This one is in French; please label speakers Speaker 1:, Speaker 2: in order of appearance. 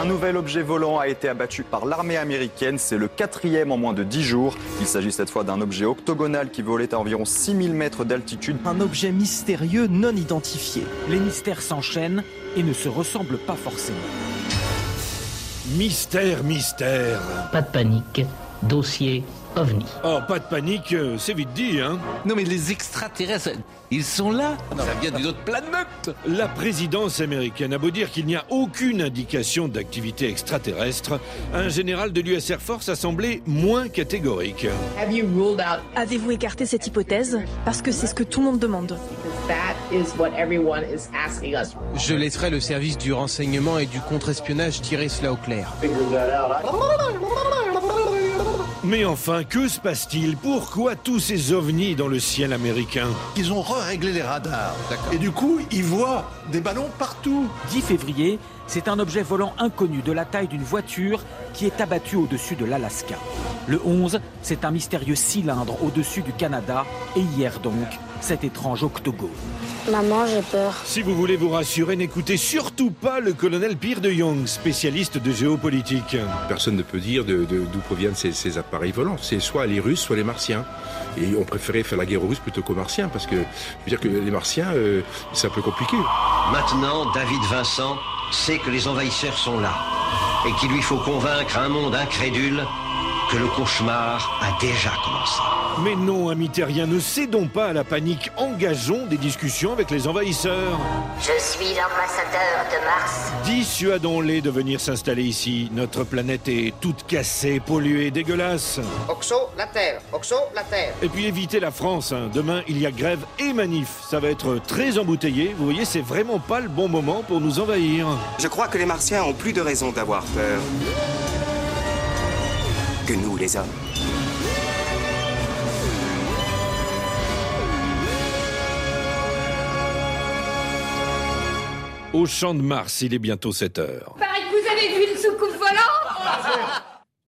Speaker 1: Un nouvel objet volant a été abattu par l'armée américaine. C'est le quatrième en moins de 10 jours. Il s'agit cette fois d'un objet octogonal qui volait à environ 6000 mètres d'altitude.
Speaker 2: Un objet mystérieux non identifié.
Speaker 3: Les mystères s'enchaînent et ne se ressemblent pas forcément.
Speaker 4: Mystère, mystère.
Speaker 5: Pas de panique, dossier OVNI.
Speaker 4: Oh, pas de panique, euh, c'est vite dit, hein.
Speaker 6: Non mais les extraterrestres, ils sont là Ça vient d'une autre planète
Speaker 4: La présidence américaine a beau dire qu'il n'y a aucune indication d'activité extraterrestre, un général de l'US Air Force a semblé moins catégorique.
Speaker 7: Avez-vous écarté cette hypothèse Parce que c'est ce que tout le monde demande.
Speaker 8: Je laisserai le service du renseignement et du contre-espionnage tirer cela au clair.
Speaker 4: Mais enfin, que se passe-t-il Pourquoi tous ces ovnis dans le ciel américain
Speaker 9: Ils ont réglé les radars. Et du coup, ils voient des ballons partout.
Speaker 3: 10 février, c'est un objet volant inconnu de la taille d'une voiture qui est abattu au-dessus de l'Alaska. Le 11, c'est un mystérieux cylindre au-dessus du Canada. Et hier donc, cet étrange octogone.
Speaker 10: Maman, j'ai peur.
Speaker 4: Si vous voulez vous rassurer, n'écoutez surtout pas le colonel Pierre de Young, spécialiste de géopolitique.
Speaker 11: Personne ne peut dire de- de- d'où proviennent ces, ces appareils volants. C'est soit les Russes, soit les Martiens. Et on préférait faire la guerre aux Russes plutôt qu'aux Martiens, parce que je veux dire que les Martiens, euh, c'est un peu compliqué.
Speaker 12: Maintenant, David Vincent sait que les envahisseurs sont là et qu'il lui faut convaincre un monde incrédule que le cauchemar a déjà commencé.
Speaker 4: Mais non, amis terriens, ne cédons pas à la panique, engageons des discussions avec les envahisseurs.
Speaker 13: Je suis l'ambassadeur de Mars.
Speaker 4: Dissuadons-les de venir s'installer ici. Notre planète est toute cassée, polluée, dégueulasse.
Speaker 14: Oxo, la Terre. Oxo, la Terre.
Speaker 4: Et puis évitez la France. hein. Demain, il y a grève et manif. Ça va être très embouteillé. Vous voyez, c'est vraiment pas le bon moment pour nous envahir.
Speaker 15: Je crois que les Martiens ont plus de raison d'avoir peur que nous, les hommes.
Speaker 4: Au champ de Mars, il est bientôt 7 heures.
Speaker 16: Pareil que vous avez vu le soucoupe volant